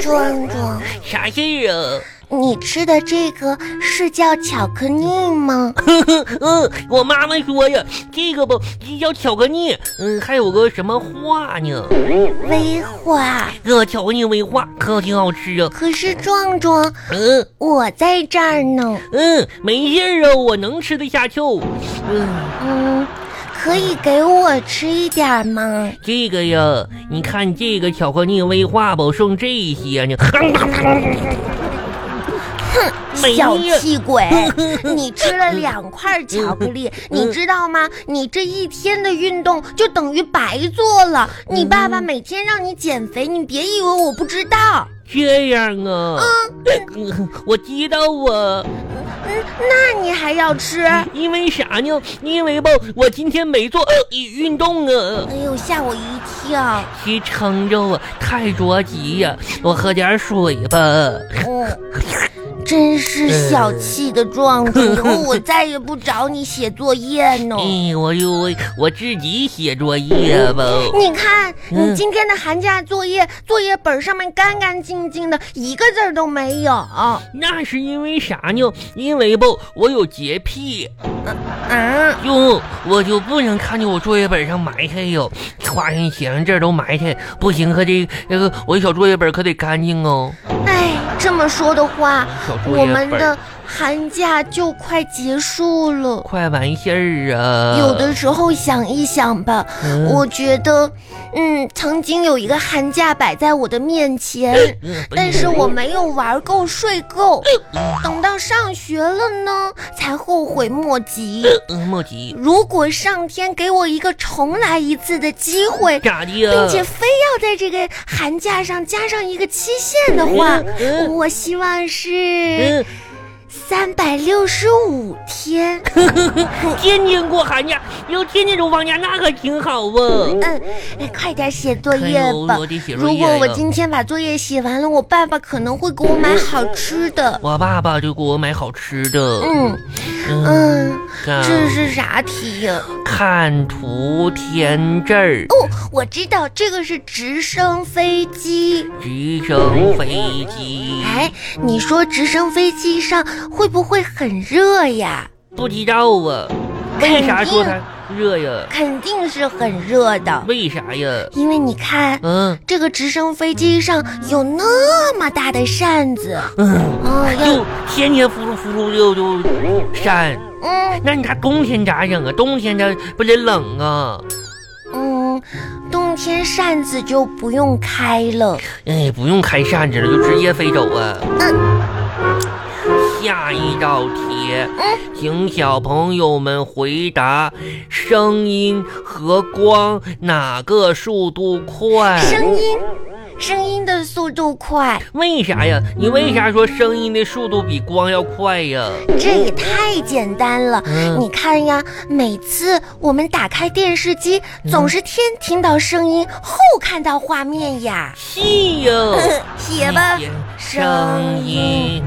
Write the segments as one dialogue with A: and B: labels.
A: 壮壮，
B: 啥事儿啊？
A: 你吃的这个是叫巧克力吗？
B: 嗯，我妈妈说呀，这个吧，这叫巧克力，嗯，还有个什么画呢？
A: 威化。
B: 这巧克力威化可挺好吃啊。
A: 可是壮壮，
B: 嗯
A: 我在这儿呢。
B: 嗯，没事儿啊，我能吃得下醋。嗯，
A: 嗯，可以给我吃一点儿吗？
B: 这个呀，你看这个巧克力威化吧，剩这些呢。没
A: 小
B: 呀
A: 气鬼，你吃了两块巧克力，你知道吗？你这一天的运动就等于白做了。你爸爸每天让你减肥，你别以为我不知道。
B: 这样啊，嗯我知道啊，
A: 嗯，那你还要吃？哎
B: 因为啥呢？因为吧，我今天没做、呃运动啊，
A: 呦，吓我一跳！
B: 去撑着啊，太着急呀、我喝点水吧。哦
A: 嗯， 真是小气的壮壮，以后我再也不找你写作业呢。
B: 哎，我就我自己写作业吧。
A: 你看，
B: 嗯
A: 你今天的寒假作业作业本上面干干净净的，一个字儿都没有啊！
B: 那是因为啥呢？因为吧，我有洁癖，
A: 嗯
B: 就我就不能看见我作业本上埋汰哟，画上写上字儿都埋汰，不行，可得这个我小作业本可得干净哦。
A: 哎，这么说的话，
B: 小作业本
A: 我们的寒假就快结束了。
B: 快完事儿啊！
A: 有的时候想一想吧，
B: 嗯
A: 我觉得，嗯，曾经有一个寒假摆在我的 面前，
B: 嗯，
A: 但是我没有玩够、睡够，等到上学了呢，才后悔莫及。
B: 嗯莫急，
A: 如果上天给我一个重来一次的机会，
B: 咋的呀？
A: 并且非要在这个寒假上加上一个期限的话
B: 嗯，嗯
A: 我希望是
B: 嗯，
A: 三百六十五天。
B: 天天过寒假，又天天都放假，那可挺好啊。
A: 嗯，哎快点写作业
B: 哎呦
A: 吧
B: 我得写。作业呀
A: 如果我今天把作业写完了，我爸爸可能会给我买好吃的。
B: 我爸爸就给我买好吃的。
A: 嗯
B: 嗯，
A: 嗯，
B: 看
A: 这是啥题呀、
B: 看图填字儿，
A: 哦，我知道这个是直升飞机。
B: 直升飞机。
A: 哎，你说直升飞机上会不会很热呀？
B: 不知道啊，为啥说它热呀？
A: 肯定是很热的，
B: 为啥呀？
A: 因为你看
B: 嗯
A: 这个直升飞机上有那么大的扇子，
B: 嗯，
A: 哦，要
B: 就天天呼噜呼噜就就扇。
A: 嗯
B: 那你看冬天咋整啊？冬天它不得冷啊？
A: 嗯，冬天扇子就不用开了。
B: 哎，不用开扇子了，就直接飞走啊。
A: 嗯
B: 下一道题，请小朋友们回答：声音和光哪个速度快？
A: 声音，声音的速度快，
B: 为啥呀？你为啥说声音的速度比光要快呀？
A: 这也太简单了。
B: 嗯
A: 你看呀，每次我们打开电视机，
B: 嗯
A: 总是先听到声音，后看到画面呀。
B: 是 呀，
A: 写吧，嗯
B: 声音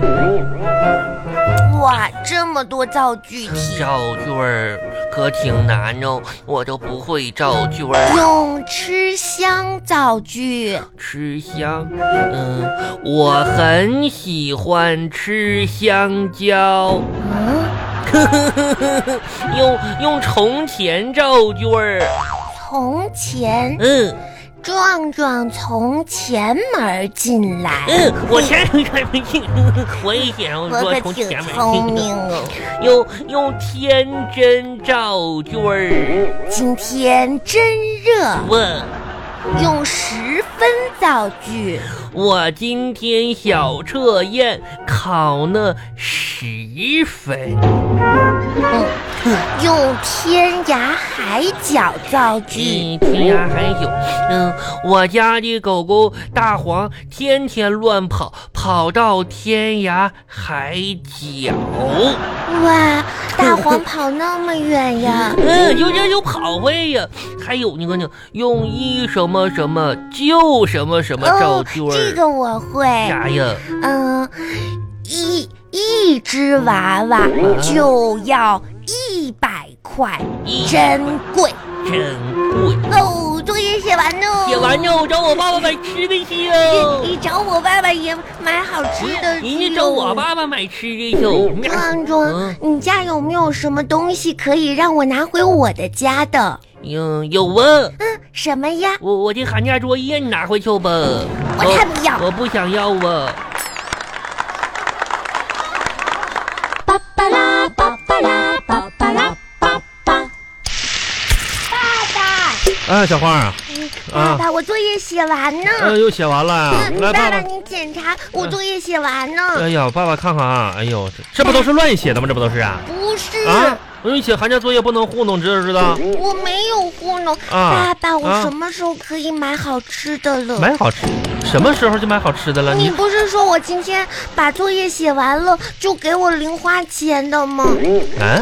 A: 哇，这么多造句题，
B: 造句儿可挺难哦，我都不会造句儿。
A: 用吃香造句。
B: 吃香，嗯，我很喜欢吃香蕉。
A: 嗯，
B: 用用从前造句儿，
A: 从前
B: 嗯
A: 壮壮从前门进来，
B: 嗯，我前开门进，我也写上
A: 我
B: 说
A: 可
B: 从
A: 挺
B: 前
A: 聪
B: 门
A: 明
B: 进。
A: 哦。
B: 用用天真造句儿，
A: 今天真热，
B: 我
A: 用十分造句。
B: 我今天小测验考了十分，
A: 用天涯海角造句，
B: 嗯，天涯海角，嗯，我家的狗狗大黄天天乱跑，跑到天涯海角，
C: 嗯
A: 哇，大黄跑那么远 呀！
B: 嗯，就这就跑会呀。还有那个呢，用一什么什么就什么什么造句儿，
A: 哦这个我会，
B: 啥呀？
A: 嗯、一一只娃娃
C: 啊
A: 就要一百块，
B: 一
A: 真贵
B: 真贵。
A: 哦！作业写写完喽。
C: 写完之后找我爸爸买吃的去哟。
A: 你找我爸爸也买好吃
C: 嗯
A: 的。
C: 你去找我嗯爸爸买吃的去。
A: 壮壮，你家有没有什么东西可以让我拿回我的家的？
C: 有有啊。
A: 嗯，什么呀？
C: 我我这寒假作业你拿回去吧。
A: 我才不要。
C: 我不想要啊。
D: 巴巴拉巴巴拉巴巴拉巴巴。
B: 哎，小花啊，
A: 爸爸，我作业写完呢。
B: 呃，又写完了啊，
A: 嗯
B: 来，
A: 爸
B: 爸
A: 爸，
B: 爸。
A: 你检查我作业写完呢。
B: 哎呀，爸爸看看啊，哎呦，这这不都是乱写的吗？这不都是啊？
A: 不是，
B: 啊，我说你写寒假作业不能糊弄，知道知道？
A: 我没有糊弄。
B: 啊
A: 爸爸，我
B: 啊
A: 什么时候可以买好吃的了？
B: 买好吃，什么时候就买好吃的了？
A: 你
B: 你
A: 不是说我今天把作业写完了就给我零花钱的吗？
B: 嗯，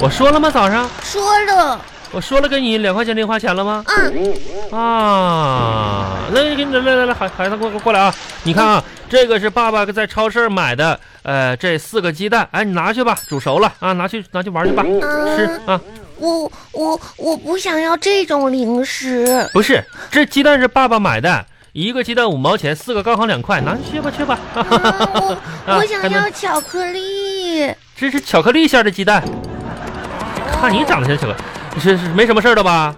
B: 我说了吗？早上
A: 说了，
B: 我说了给你两块钱零花钱了吗？
A: 嗯，
B: 啊，那给你来来来来，孩孩子过过过来啊！你看啊，这个是爸爸在超市买的，呃，这四个鸡蛋，哎，你拿去吧，煮熟了啊，拿去拿去玩去吧，吃啊。
A: 我我我不想要这种零食。
B: 不是，这鸡蛋是爸爸买的，一个鸡蛋五毛钱，四个刚好两块，拿去吧去吧。
A: 啊、我
B: 啊
A: 我想
B: 还
A: 要
B: 能
A: 巧克力。
B: 这是巧克力馅的鸡蛋，看你长得像巧克力，是是没什么事儿的吧？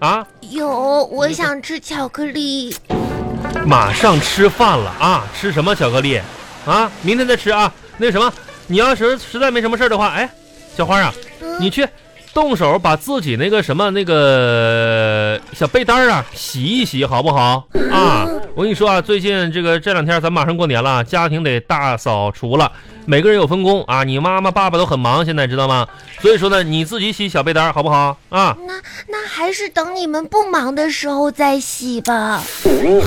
B: 啊，
A: 有，我想吃巧克力。
B: 马上吃饭了啊，吃什么巧克力？啊，明天再吃啊。那个什么，你要是实在没什么事儿的话，哎，小花啊，
A: 嗯
B: 你去动手把自己那个什么那个小被单儿啊洗一洗，好不好？啊，我跟你说啊，最近这个这两天咱马上过年了，家庭得大扫除了，每个人有分工啊，你妈妈爸爸都很忙，现在知道吗？所以说呢，你自己洗小被单儿好不好？啊，
A: 那那还是等你们不忙的时候再洗吧。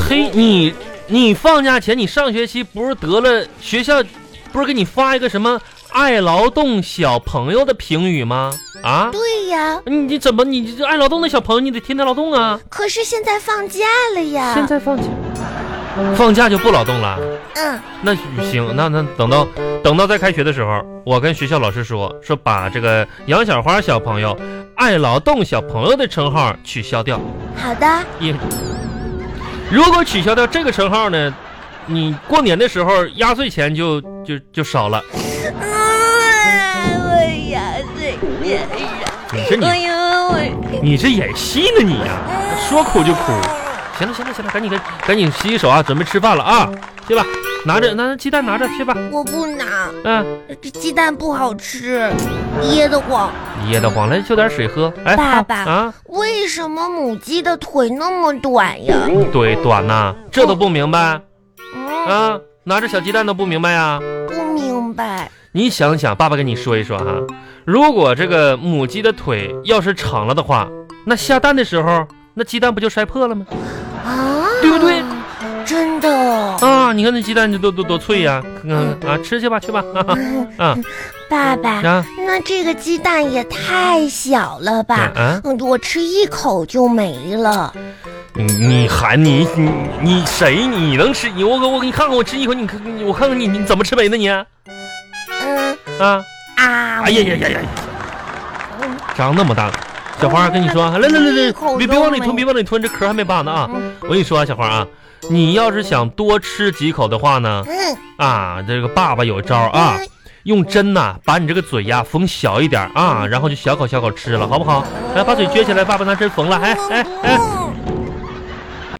B: 嘿，你你放假前你上学期不是得了学校不是给你发一个什么爱劳动小朋友的评语吗？啊？
A: 对呀，
B: 你你怎么你这爱劳动的小朋友，你得天天劳动啊！
A: 可是现在放假了呀。
B: 现在放假，放假就不劳动了。
A: 嗯，
B: 那行，那那等到等到再开学的时候，我跟学校老师说说，把这个杨小花小朋友、爱劳动小朋友的称号取消掉。
A: 好的。
B: 也，如果取消掉这个称号呢，你过年的时候压岁钱就就就少了。
A: 嗯，哎我牙嘴变
B: 你这哎你
A: 哎呦我。
B: 你这演戏呢你呀、说哭就哭。行了行了行了，赶紧赶赶紧洗洗手啊，准备吃饭了啊，去吧，拿着拿着鸡蛋拿着去吧，
A: 我不拿，
B: 嗯、
A: 这鸡蛋不好吃，噎得慌。
B: 噎得慌，来就点水喝。哎，
A: 爸爸
B: 啊，
A: 为什么母鸡的腿那么短呀？
B: 对，短呐、这都不明白
A: 嗯，
B: 啊？拿着小鸡蛋都不明白啊呀、
A: 不明白。
B: 你想想，爸爸跟你说一说哈、如果这个母鸡的腿要是长了的话，那下蛋的时候，那鸡蛋不就摔破了吗？
A: 啊，
B: 对不对？
A: 真的，
B: 啊，你看那鸡蛋就多多多脆呀、看看啊，吃去吧，去吧，哈哈啊
A: 爸爸，
B: 啊
A: 那这个鸡蛋也太小了吧？
B: 啊！
A: 嗯，我吃一口就没了。
B: 你你喊你你你谁？你能吃？你我我我给你看看，我吃一口，你看我看看你你怎么吃没的你啊？
A: 嗯啊，
B: 哎呀呀呀呀！长那么大，小花跟你说，啊来来来来，别别往里吞，别往里吞，这壳还没扒呢啊！我跟你说啊，小花啊，你要是想多吃几口的话呢，
A: 嗯
B: 啊，这个爸爸有招啊，用针呐、把你这个嘴呀、缝小一点啊，然后就小口小口吃了，好不好？来，把嘴撅起来，爸爸拿针缝了，哎哎哎，
A: 嗯